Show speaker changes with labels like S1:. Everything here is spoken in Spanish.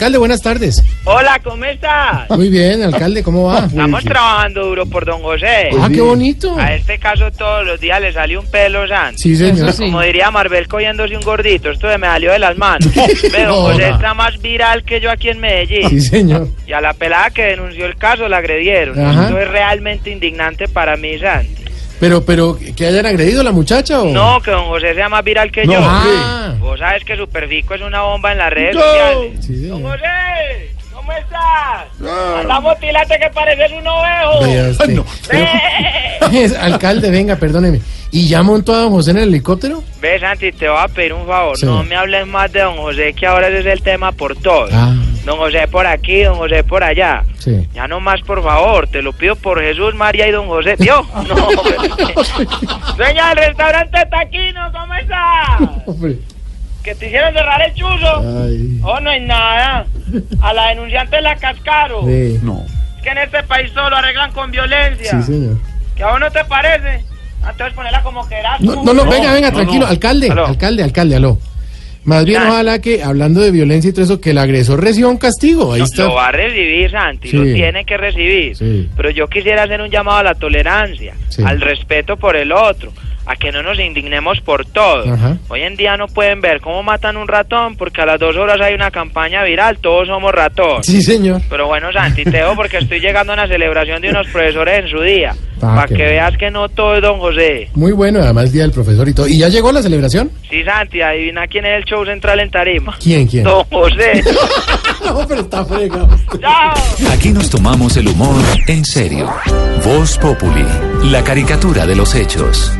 S1: Alcalde, buenas tardes.
S2: Hola, ¿cómo estás?
S1: Muy bien, alcalde, ¿cómo va?
S2: Estamos trabajando duro por don José.
S1: Ah, qué bonito.
S2: A este caso todos los días le sale un pelo santo.
S1: Sí, señor.
S2: Como diría Marbel cogiéndose un gordito, esto se me salió de las manos. Pero don José está más viral que yo aquí en Medellín.
S1: Sí, señor.
S2: Y a la pelada que denunció el caso la agredieron.
S1: Ajá.
S2: Esto es realmente indignante para mí, Santi.
S1: Pero, pero, ¿que hayan agredido a la muchacha o...?
S2: No, que don José sea más viral que
S1: Oh. No,
S2: yo.
S1: ah.
S2: Vos sabes que Superfico es una bomba en las redes sociales.
S1: Sí,
S2: Don
S1: señor.
S2: José, ¿cómo estás? Andamos tilate que pareces un ovejo.
S1: Vea usted.
S2: Eh.
S1: Es, alcalde, venga, perdóneme. ¿Y ya montó a don José en el helicóptero?
S2: Ve, Santi, te voy a pedir un favor.
S1: Sí.
S2: No me hables más de don José, que ahora ese es el tema por todos.
S1: Ah.
S2: Don José por aquí, don José por allá.
S1: Sí.
S2: Ya no más, por favor. Te lo pido por Jesús, María y don José. Dios, no. Señor, el restaurante Taquino, ¿cómo estás?
S1: Hombre.
S2: Que te hicieron cerrar el chuzo.
S1: Ay.
S2: Oh, no hay nada. A la denunciante la cascaron.
S1: Sí.
S2: Es que en este país solo arreglan con violencia.
S1: Sí, señor.
S2: ¿Que a vos no te parece? Entonces ponela como querás.
S1: No,
S2: tú.
S1: no, no, venga, venga,
S2: no,
S1: tranquilo.
S2: no.
S1: Alcalde,
S2: Aló.
S1: alcalde, alcalde, aló. Más bien,
S2: Ya.
S1: ojalá que, hablando de violencia y todo eso, que el agresor reciba un castigo. Ahí
S2: Lo-
S1: está.
S2: Lo va a recibir, Santi,
S1: Sí.
S2: lo tiene que recibir.
S1: Sí.
S2: Pero yo quisiera hacer un llamado a la tolerancia,
S1: Sí.
S2: al respeto por el otro, a que no nos indignemos por todo.
S1: Ajá.
S2: Hoy en día no pueden ver cómo matan un ratón porque a las dos horas hay una campaña viral, todos somos ratón.
S1: Sí, señor.
S2: Pero bueno, Santi, te dejo porque estoy llegando a una celebración de unos profesores en su día,
S1: Ah,
S2: para
S1: qué
S2: que
S1: bueno.
S2: veas que no todo es don José.
S1: Muy bueno, además, día del profesor y todo. ¿Y ya llegó la celebración?
S2: Sí, Santi, adivina quién es el show central en Tarima.
S1: ¿Quién, quién?
S2: Don José.
S1: No, pero está fregado.
S2: ¡Chao!
S3: Aquí nos tomamos el humor en serio. Voz Populi, la caricatura de los hechos.